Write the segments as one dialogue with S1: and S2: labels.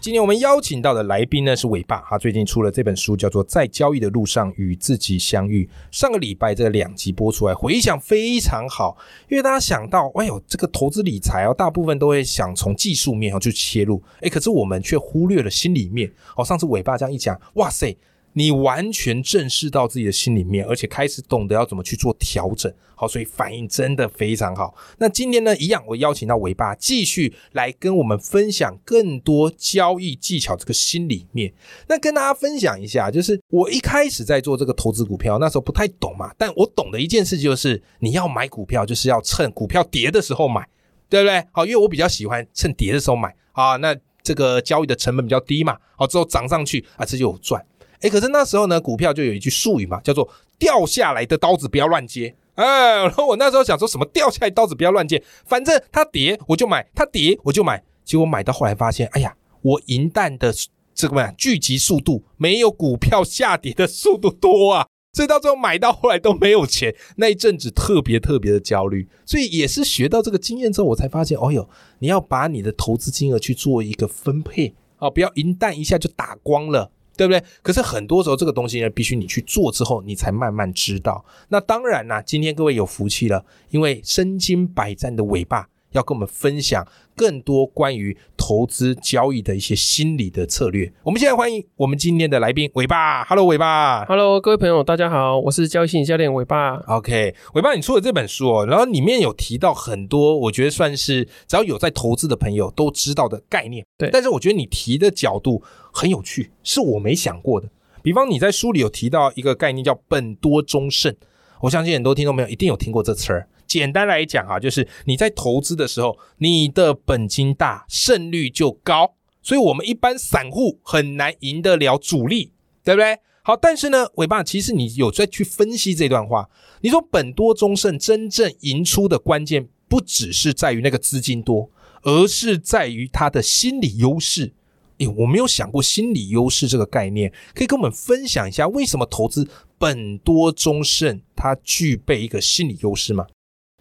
S1: 今天我们邀请到的来宾呢是伟爸，他最近出了这本书，叫做《在交易的路上与自己相遇》。上个礼拜这两集播出来，回响非常好，因为大家想到，哎呦，这个投资理财哦，大部分都会想从技术面哦去切入，哎，可是我们却忽略了心里面。哦，上次伟爸这样一讲，哇塞！你完全正视到自己的心里面，而且开始懂得要怎么去做调整。好，所以反应真的非常好。那今天呢，一样我邀请到伟爸继续来跟我们分享更多交易技巧这个心里面。那跟大家分享一下，就是我一开始在做这个投资股票，那时候不太懂嘛，但我懂的一件事就是，你要买股票就是要趁股票跌的时候买，对不对？好，因为我比较喜欢趁跌的时候买啊，那这个交易的成本比较低嘛，好之后涨上去啊，这就有赚。哎，可是那时候呢，股票就有一句术语嘛，叫做“掉下来的刀子不要乱接”。哎，然后我那时候想说什么“掉下来刀子不要乱接”，反正它跌我就买，它跌我就买。结果买到后来发现，哎呀，我银弹的这个嘛聚集速度没有股票下跌的速度多啊，所以到最后买到后来都没有钱。那一阵子特别特别的焦虑，所以也是学到这个经验之后，我才发现，哦哟，你要把你的投资金额去做一个分配啊、哦，不要银弹一下就打光了。对不对？可是很多时候这个东西呢，必须你去做之后，你才慢慢知道。那当然啦，今天各位有福气了，因为身经百战的伟爸要跟我们分享更多关于投资交易的一些心理的策略。我们现在欢迎我们今天的来宾伟爸，Hello，伟爸。
S2: Hello，各位朋友，大家好，我是交易心理教练伟爸。
S1: OK，伟爸，你出了这本书哦，然后里面有提到很多，我觉得算是只要有在投资的朋友都知道的概念。
S2: 对
S1: 但是我觉得你提的角度很有趣，是我没想过的。比方你在书里有提到一个概念叫“本多终胜”，我相信很多听众朋友一定有听过这词儿。简单来讲啊，就是你在投资的时候，你的本金大，胜率就高，所以我们一般散户很难赢得了主力，对不对？好，但是呢，尾巴，其实你有再去分析这段话，你说本多终胜真正赢出的关键，不只是在于那个资金多，而是在于他的心理优势。诶，我没有想过心理优势这个概念，可以跟我们分享一下，为什么投资本多终胜它具备一个心理优势吗？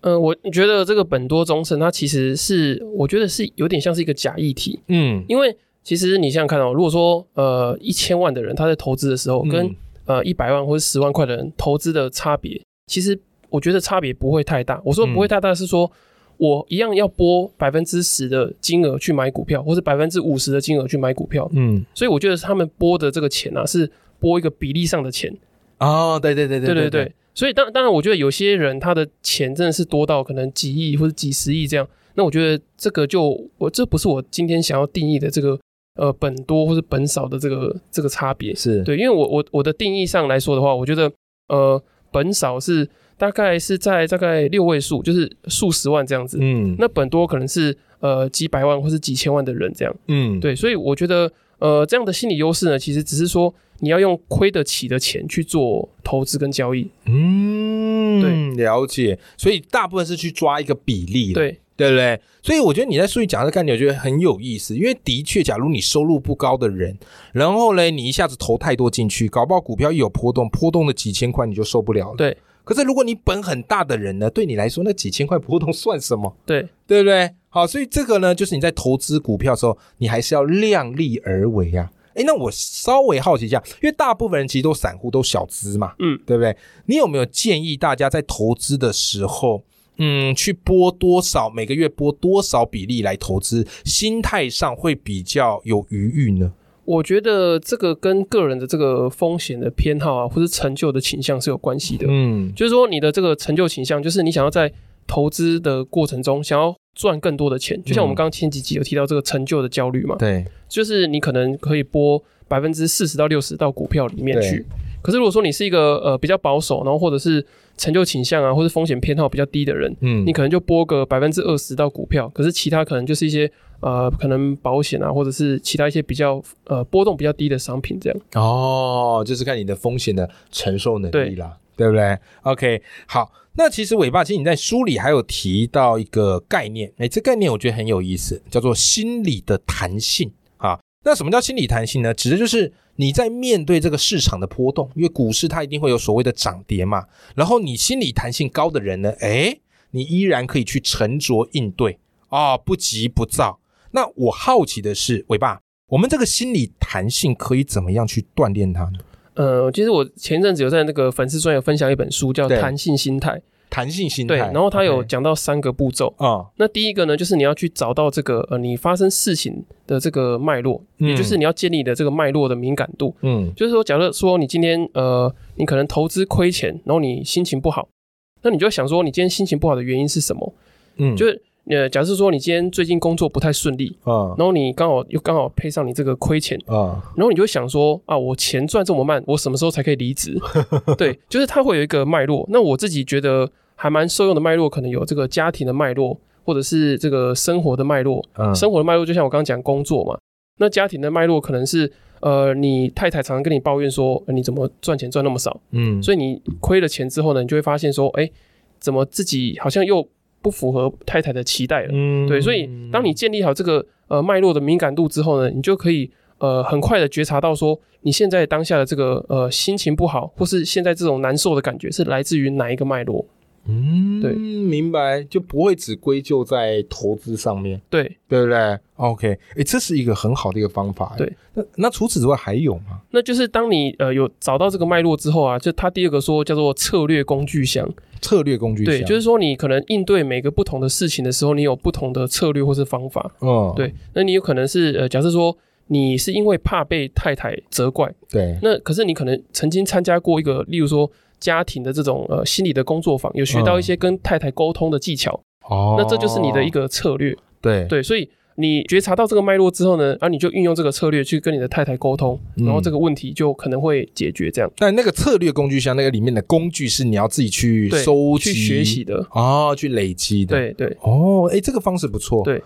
S2: 嗯、我觉得这个本多终身，它其实是我觉得是有点像是一个假议题，
S1: 嗯，
S2: 因为其实你想想看哦，如果说呃一千万的人他在投资的时候，跟、
S1: 嗯
S2: 呃一百万或者十万块的人投资的差别，其实我觉得差别不会太大。我说不会太大是说。我一样要拨百分之十的金额去买股票，或是百分之五十的金额去买股票，
S1: 嗯，
S2: 所以我觉得他们拨的这个钱啊，是拨一个比例上的钱，
S1: 哦，对对对对
S2: 对对对，所以当当然，我觉得有些人他的钱真的是多到可能几亿或者几十亿这样，那我觉得这个就我这不是我今天想要定义的这个呃本多或者本少的这个这个差别。
S1: 是，
S2: 对，因为我我我的定义上来说的话，我觉得呃本少是大概是在大概六位数，就是数十万这样子。
S1: 嗯
S2: 那本多可能是呃几百万或是几千万的人这样。
S1: 嗯，
S2: 对，所以我觉得呃这样的心理优势呢，其实只是说你要用亏得起的钱去做投资跟交易。
S1: 嗯，了解。所以大部分是去抓一个比例，
S2: 对，
S1: 对不对？所以我觉得你在书里讲这个概念，我觉得很有意思，因为的确，假如你收入不高的人，然后呢，你一下子投太多进去，搞不好股票一有波动，波动的几千块你就受不了了。
S2: 对。
S1: 可是如果你本很大的人呢，对你来说那几千块波动算什么？
S2: 对，
S1: 对不对？好，所以这个呢，就是你在投资股票的时候，你还是要量力而为啊。诶，那我稍微好奇一下，因为大部分人其实都散户，都小资嘛，
S2: 嗯，
S1: 对不对？你有没有建议大家在投资的时候，嗯，去拨多少，每个月拨多少比例来投资，心态上会比较有余裕呢？
S2: 我觉得这个跟个人的这个风险的偏好啊，或是成就的倾向是有关系的。
S1: 嗯，
S2: 就是说，你的这个成就倾向，就是你想要在投资的过程中想要赚更多的钱，
S1: 嗯
S2: 就像我们刚刚前几集有提到这个成就的焦虑嘛，
S1: 对，
S2: 就是你可能可以拨百分之四十到六十到股票里面去。可是如果说你是一个呃比较保守，然后或者是成就倾向啊，或是风险偏好比较低的人，
S1: 嗯
S2: 你可能就拨个百分之二十到股票，可是其他可能就是一些呃可能保险啊，或者是其他一些比较呃波动比较低的商品这样。
S1: 哦，就是看你的风险的承受能力啦，对不对？OK，好，那其实尾巴，其实你在书里还有提到一个概念，哎，这概念我觉得很有意思，叫做心理的弹性啊。那什么叫心理弹性呢？指的就是你在面对这个市场的波动，因为股市它一定会有所谓的涨跌嘛。然后你心理弹性高的人呢，诶，你依然可以去沉着应对啊、哦，不急不躁。那我好奇的是，伟爸，我们这个心理弹性可以怎么样去锻炼它呢？
S2: 呃，其实我前一阵子有在那个粉丝专有分享一本书，叫《
S1: 对
S2: 弹性心态》。
S1: 弹性心态，
S2: 对，然后它有
S1: OK
S2: 讲到三个步骤。
S1: 啊，
S2: 那第一个呢，就是你要去找到这个呃，你发生事情的这个脉络，
S1: 嗯
S2: 也就是你要建立的这个脉络的敏感度。
S1: 嗯
S2: 就是说，假设说你今天呃，你可能投资亏钱，然后你心情不好，那你就想说，你今天心情不好的原因是什么？
S1: 嗯，
S2: 就是呃，假设说你今天最近工作不太顺利，
S1: 啊
S2: 然后你刚好又刚好配上你这个亏钱，
S1: 啊，
S2: 然后你就会想说啊，我钱赚这么慢，我什么时候才可以 离职？对，就是它会有一个脉络。那我自己觉得还蛮受用的脉络，可能有这个家庭的脉络，或者是这个生活的脉络。
S1: 嗯
S2: 生活的脉络就像我刚刚讲工作嘛，那家庭的脉络可能是呃，你太太常常跟你抱怨说、呃你怎么赚钱赚那么少，
S1: 嗯，
S2: 所以你亏了钱之后呢，你就会发现说，哎，怎么自己好像又不符合太太的期待了。
S1: 嗯
S2: 对，所以当你建立好这个呃脉络的敏感度之后呢，你就可以呃很快的觉察到说你现在当下的这个呃心情不好，或是现在这种难受的感觉是来自于哪一个脉络？
S1: 嗯，
S2: 对
S1: 明白，就不会只归咎在投资上面，
S2: 对，
S1: 对不对？OK，哎，这是一个很好的一个方法。诶
S2: 对，
S1: 那那除此之外还有吗？
S2: 那就是当你呃有找到这个脉络之后啊，就它第二个说叫做策略工具箱，
S1: 策略工具
S2: 对，
S1: 箱
S2: 就是说你可能应对每个不同的事情的时候，你有不同的策略或是方法。
S1: 嗯，
S2: 对，那你有可能是呃假设说。你是因为怕被太太责怪，
S1: 对，
S2: 那可是你可能曾经参加过一个，例如说家庭的这种呃心理的工作坊，有学到一些跟太太沟通的技巧，
S1: 哦，
S2: 那这就是你的一个策略。
S1: 对
S2: 对，所以你觉察到这个脉络之后呢，啊，你就运用这个策略去跟你的太太沟通，
S1: 嗯
S2: 然后这个问题就可能会解决。这样
S1: 但那个策略工具箱那个里面的工具是你要自己去
S2: 对
S1: 收集、
S2: 去学习的，
S1: 哦，去累积的。，
S2: 对对
S1: 哦，哎，这个方式不错。
S2: 对，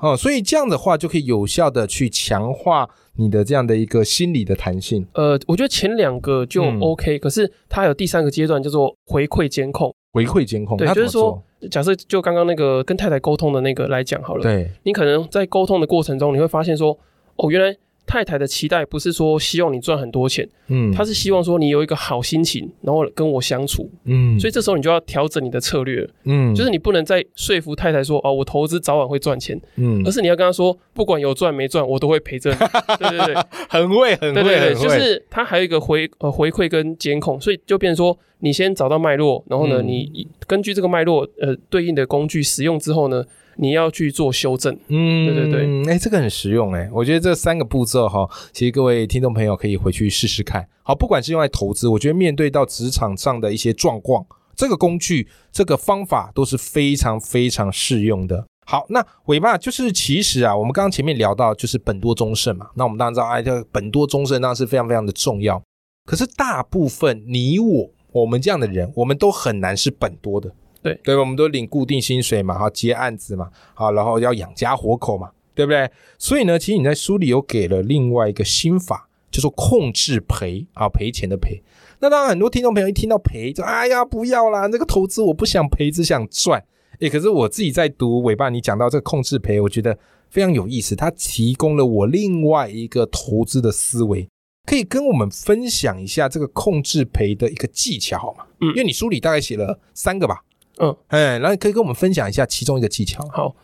S1: 哦，所以这样的话就可以有效的去强化你的这样的一个心理的弹性。
S2: 呃，我觉得前两个就
S1: 嗯
S2: OK，、可是它有第三个阶段叫做回馈监控。
S1: 回馈监控，
S2: 对
S1: 那怎么
S2: 就是说
S1: 做，
S2: 假设就刚刚那个跟太太沟通的那个来讲好了，
S1: 对，
S2: 你可能在沟通的过程中，你会发现说，哦，原来太太的期待不是说希望你赚很多钱，
S1: 嗯，
S2: 她是希望说你有一个好心情，然后跟我相处。
S1: 嗯，
S2: 所以这时候你就要调整你的策略，
S1: 嗯，
S2: 就是你不能再说服太太说，哦，我投资早晚会赚钱，
S1: 嗯
S2: 而，是你要跟她说，不管有赚没赚，我都会陪着 你。对对对，
S1: 很会，很
S2: 对
S1: 会，
S2: 对对，
S1: 很
S2: 就
S1: 会
S2: 是它还有一个回呃回馈跟监控，所以就变成说，你先找到脉络，然后呢，
S1: 嗯
S2: 你根据这个脉络呃对应的工具使用之后呢，你要去做修正。
S1: 嗯，
S2: 对对对，
S1: 哎、这个很实用哎、我觉得这三个步骤哈，其实各位听众朋友可以回去试试看。好，不管是用来投资，我觉得面对到职场上的一些状况，这个工具、这个方法都是非常非常适用的。好，那尾巴就是其实啊，我们刚刚前面聊到就是本多忠胜嘛，那我们当然知道，哎，这个本多忠胜当然是非常非常的重要。可是大部分你我我们这样的人，我们都很难是本多的，
S2: 对
S1: 对吧？我们都领固定薪水嘛，好接案子嘛，好，啊然后要养家活口嘛，对不对？所以呢，其实你在书里有给了另外一个新法，叫做控制赔啊，赔钱的赔。那当然，很多听众朋友一听到赔，就哎呀不要啦，那个投资我不想赔，只想赚。诶，可是我自己在读尾巴，你讲到这个控制赔，我觉得非常有意思，它提供了我另外一个投资的思维。可以跟我们分享一下这个控制赔的一个技巧好吗？
S2: 嗯
S1: 因为你书里大概写了三个吧，
S2: 嗯，
S1: 哎，然后可以跟我们分享一下其中一个技巧。
S2: 好，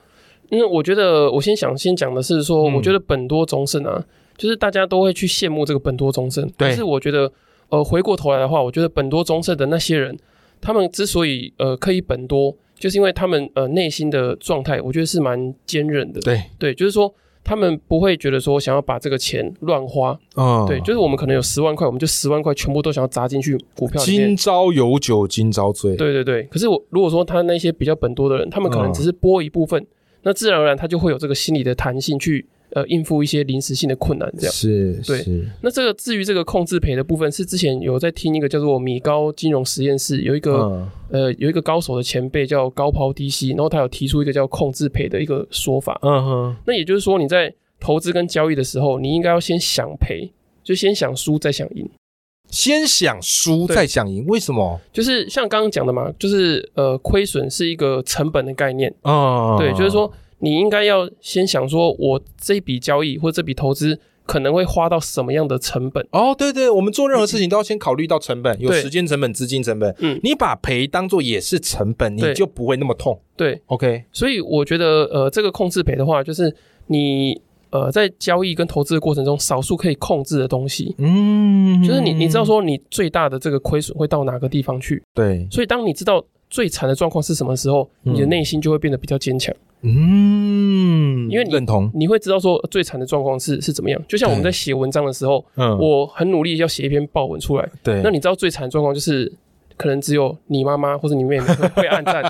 S2: 因为我觉得我先想先讲的是说，
S1: 嗯
S2: 我觉得本多忠胜啊，就是大家都会去羡慕这个本多忠胜，
S1: 对
S2: 但是我觉得呃，回过头来的话，我觉得本多忠胜的那些人，他们之所以呃可以本多，就是因为他们呃内心的状态，我觉得是蛮坚韧的，
S1: 对，
S2: 对，就是说。他们不会觉得说想要把这个钱乱花，
S1: 嗯，
S2: 对，就是我们可能有十万块，我们就十万块全部都想要砸进去股票里面
S1: 今，朝有酒今朝醉。，
S2: 对对对，可是我如果说他
S1: 嗯
S2: 那些比较本多的人，他们可能只是拨一部分，那自然而然他就会有这个心理的弹性去呃应付一些临时性的困难这样。
S1: 是，
S2: 对
S1: 是
S2: 那这个至于这个控制赔的部分，是之前有在听一个叫做米高金融实验室有一个、
S1: 嗯
S2: 呃有一个高手的前辈叫高抛低吸，然后他有提出一个叫控制赔的一个说法。
S1: 嗯哼，
S2: 那也就是说你在投资跟交易的时候，你应该要先想赔，就先想输再想赢。
S1: 先想输
S2: 对
S1: 再想赢，为什么？
S2: 就是像刚刚讲的嘛，就是呃亏损是一个成本的概念，
S1: 嗯，
S2: 对，就是说你应该要先想说我这笔交易或这笔投资可能会花到什么样的成本。
S1: 哦，对对，我们做任何事情都要先考虑到成本，有
S2: 对
S1: 时间成本、资金成本。
S2: 嗯
S1: 你把赔当做也是成本，你
S2: 对
S1: 就不会那么痛。
S2: 对，
S1: OK，
S2: 所以我觉得，呃，这个控制赔的话，就是你呃在交易跟投资的过程中，少数可以控制的东西，
S1: 嗯，
S2: 就是你你知道说你最大的这个亏损会到哪个地方去，
S1: 对，
S2: 所以当你知道最惨的状况是什么时候，你的
S1: 嗯
S2: 内心就会变得比较坚强，
S1: 嗯，
S2: 因为你
S1: 认同，
S2: 你会知道说呃最惨的状况是是怎么样。就像我们
S1: 对
S2: 在写文章的时候，
S1: 嗯，
S2: 我很努力要写一篇报文出来，
S1: 对，
S2: 那你知道最惨的状况就是。可能只有你妈妈或者你妹妹会会 按赞，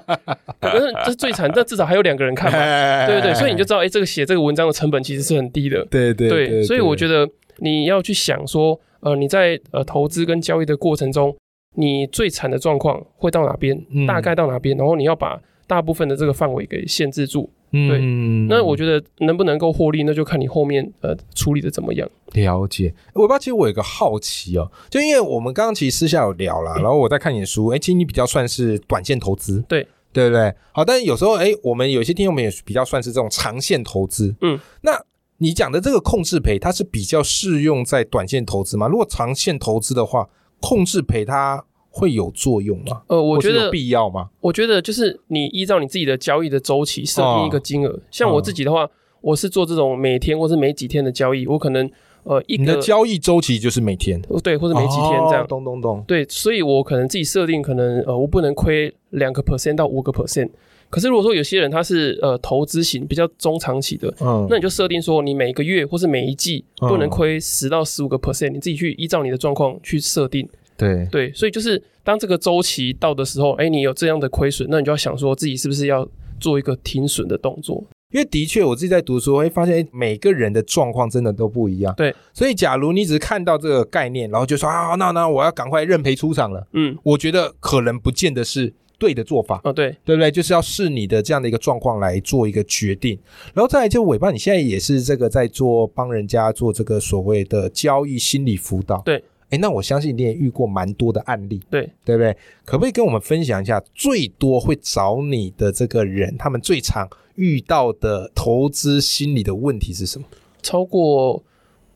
S2: 可是这是最惨，但至少还有两个人看嘛。对对对，所以你就知道，哎、这个写这个文章的成本其实是很低的。
S1: 对对对，
S2: 所以我觉
S1: 得
S2: 得你要去想说，呃，你在呃投资跟交易的过程中，你最惨的状况会到哪边，
S1: 嗯
S2: 大概到哪边，然后你要把大部分的这个范围给限制住。对
S1: 嗯
S2: 那我觉得能不能够获利，那就看你后面呃处理的怎么样。
S1: 了解，尾巴其实我有一个好奇哦，就因为我们刚刚其实私下有聊
S2: 嗯
S1: 啦，然后我在看你的书，哎，其实你比较算是短线投资，
S2: 对
S1: 对不对？好，但是有时候哎，我们有些听众们也比较算是这种长线投资，
S2: 嗯，
S1: 那你讲的这个控制赔，它是比较适用在短线投资吗？如果长线投资的话，控制赔它会有作用吗？
S2: 呃，我
S1: 或是
S2: 觉
S1: 有
S2: 得，
S1: 必要吗？
S2: 我觉得就是你依照你自己的交易的周期设定一个金额。
S1: 哦
S2: 像我自己的话，我是做这种每天或是每几天的交易，我可能呃一
S1: 你的
S2: 个
S1: 交易周期就是每天，
S2: 对或者每几天这样
S1: 哦。咚咚咚，
S2: 对，所以我可能自己设定，可能呃，我不能亏两个 percent 到五个 percent。可是如果说有些人他是呃投资型比较中长期的，
S1: 嗯，
S2: 那你就设定说你每个月或是每一季不能亏十到十五个 percent，你自己去依照你的状况去设定。
S1: 对，
S2: 对，所以就是当这个周期到的时候，哎，你有这样的亏损，那你就要想说自己是不是要做一个停损的动作。
S1: 因为的确，我自己在读书会发现，诶每个人的状况真的都不一样。
S2: 对，
S1: 所以假如你只是看到这个概念，然后就说啊，那那我要赶快认赔出场了，
S2: 嗯，
S1: 我觉得可能不见得是对的做法，
S2: 啊，对，
S1: 对不对？就是要视你的这样的一个状况来做一个决定。然后再来就尾巴，你现在也是这个在做帮人家做这个所谓的交易心理辅导。
S2: 对，
S1: 哎，那我相信你也遇过蛮多的案例，
S2: 对，
S1: 对不对？可不可以跟我们分享一下，最多会找你的这个人，他们最常遇到的投资心理的问题是什么？
S2: 超过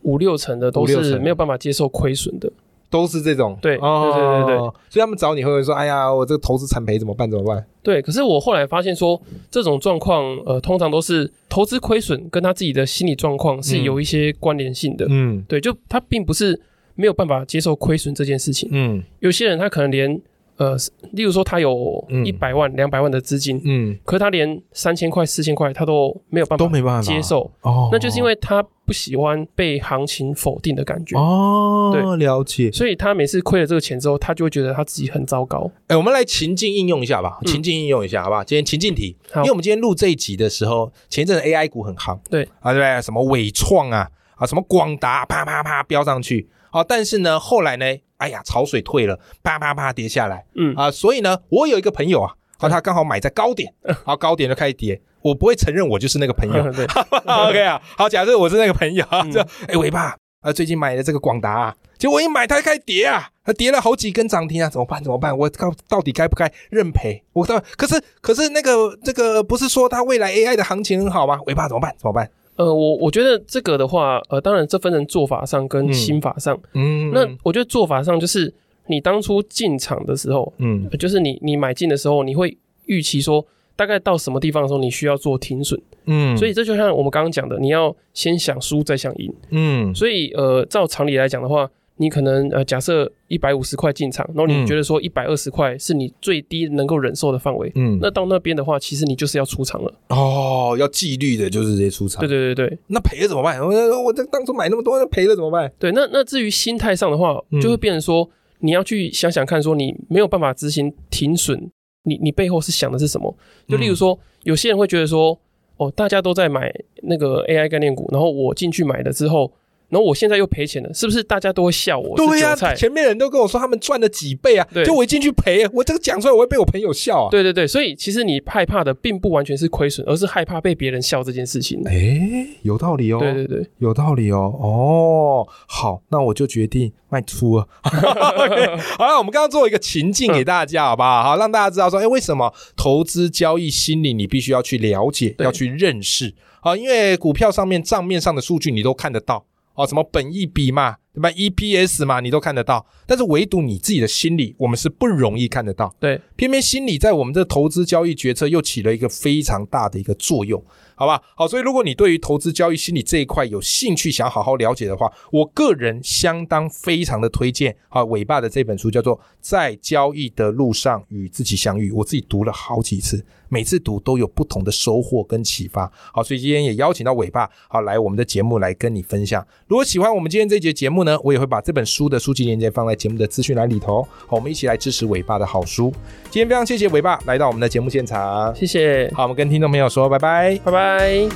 S2: 五六成的
S1: 五
S2: 都
S1: 六
S2: 是
S1: 成
S2: 没有办法接受亏损的。
S1: 都是这种，哦
S2: 对对对对对
S1: 所以他们找你会不会说，哎呀，我这个投资产赔怎么办？怎么办？
S2: 对，可是我后来发现说，这种状况，呃，通常都是投资亏损跟他自己的心理状况是有一些关联性的。
S1: 嗯
S2: 对，就他并不是没有办法接受亏损这件事情。
S1: 嗯
S2: 有些人他可能连，呃，例如说他有
S1: 嗯
S2: 一百万、两百、万的资金，
S1: 嗯，
S2: 可是他连三千块、四千块他都没有办
S1: 都
S2: 法
S1: 没办法
S2: 接受，
S1: 哦，
S2: 那就是因为他不喜欢被行情否定的感觉。
S1: 哦，
S2: 对
S1: 了解。
S2: 所以他每次亏了这个钱之后，他就会觉得他自己很糟糕。
S1: 哎、我们来情境应用一下吧，
S2: 嗯
S1: 情境应用一下，好不好？今天情境题，
S2: 好
S1: 因为我们今天录这一集的时候，前一阵子 AI 股很夯，
S2: 对
S1: 啊，对不对？什么伟创啊，啊，什么广达，啪啪啪飙上去，好、但是呢，后来呢，哎呀，潮水退了，啪啪啪跌下来，
S2: 嗯，
S1: 啊，所以呢，我有一个朋友啊，啊，他刚好买在高点，啊，高点就开始跌，我不会承认我就是那个朋友
S2: 对，
S1: OK 啊，好，假设我是那个朋友，
S2: 嗯
S1: 就哎尾巴啊，最近买的这个广达、啊，结果一买它开始跌啊，它跌了好几根涨停啊，怎么办？怎么办？我到到底该不该认赔？我到可是可是那个这个不是说它未来 AI 的行情很好吗？尾巴怎么办？怎么办？
S2: 呃，我我觉得这个的话，呃，当然这分成做法上跟心法上。
S1: 嗯
S2: 那我觉得做法上就是你当初进场的时候，
S1: 嗯
S2: 呃就是你你买进的时候，你会预期说大概到什么地方的时候你需要做停损，
S1: 嗯
S2: 所以这就像我们刚刚讲的，你要先想输再想赢。
S1: 嗯
S2: 所以呃，照常理来讲的话。你可能呃，假设一百五十块进场，然后
S1: 嗯
S2: 你觉得说一百二十块是你最低能够忍受的范围，
S1: 嗯
S2: 那到那边的话，其实你就是要出场了。
S1: 哦，要纪律的就是直接出场
S2: 对。对对对
S1: 那赔了怎么办？我我这当初买那么多，那赔了怎么办？
S2: 对，那那至于心态上的话
S1: 嗯，
S2: 就会变成说，你要去想想看，说你没有
S1: 嗯
S2: 办法执行停损，你你背后是想的是什么？就例如说，有些人会觉得说，哦，大家都在买那个 AI 概念股，然后我进去买了之后，然后我现在又赔钱了，是不是大家都会笑我是
S1: 对呀、
S2: 韭菜？
S1: 前面人都跟我说他们赚了几倍啊，
S2: 对
S1: 就我一进去赔，我这个讲出来我会被我朋友笑啊。，
S2: 对对对，所以其实你害怕的并不完全是亏损，而是害怕被别人笑这件事情。
S1: 哎，有道理哦，
S2: 对对对，
S1: 有道理哦。哦，好，那我就决定卖出了。OK，好了，我们刚刚做一个情境给大家，好不好？好，让大家知道说，哎，为什么投资交易心理你必须要去了解，
S2: 对
S1: 要去认识啊？因为股票上面账面上的数据你都看得到。哦，什么本益比嘛，对吧？EPS 嘛，你都看得到，但是唯独你自己的心理，我们是不容易看得到。
S2: 对，
S1: 偏偏心理在我们的投资交易决策又起了一个非常大的一个作用，好吧？好，所以如果你对于投资交易心理这一块有兴趣，想好好了解的话，我个人相当非常的推荐啊，尾巴的这本书叫做《在交易的路上与自己相遇》，我自己读了好几次，每次读都有不同的收获跟启发。好，所以今天也邀请到尾巴好来我们的节目来跟你分享。如果喜欢我们今天这节节目呢，我也会把这本书的书籍链接放在节目的资讯栏里头，好，我们一起来支持尾巴的好书。今天非常谢谢尾巴来到我们的节目现场。
S2: 谢谢，
S1: 好，我们跟听众朋友说拜拜。
S2: 拜拜。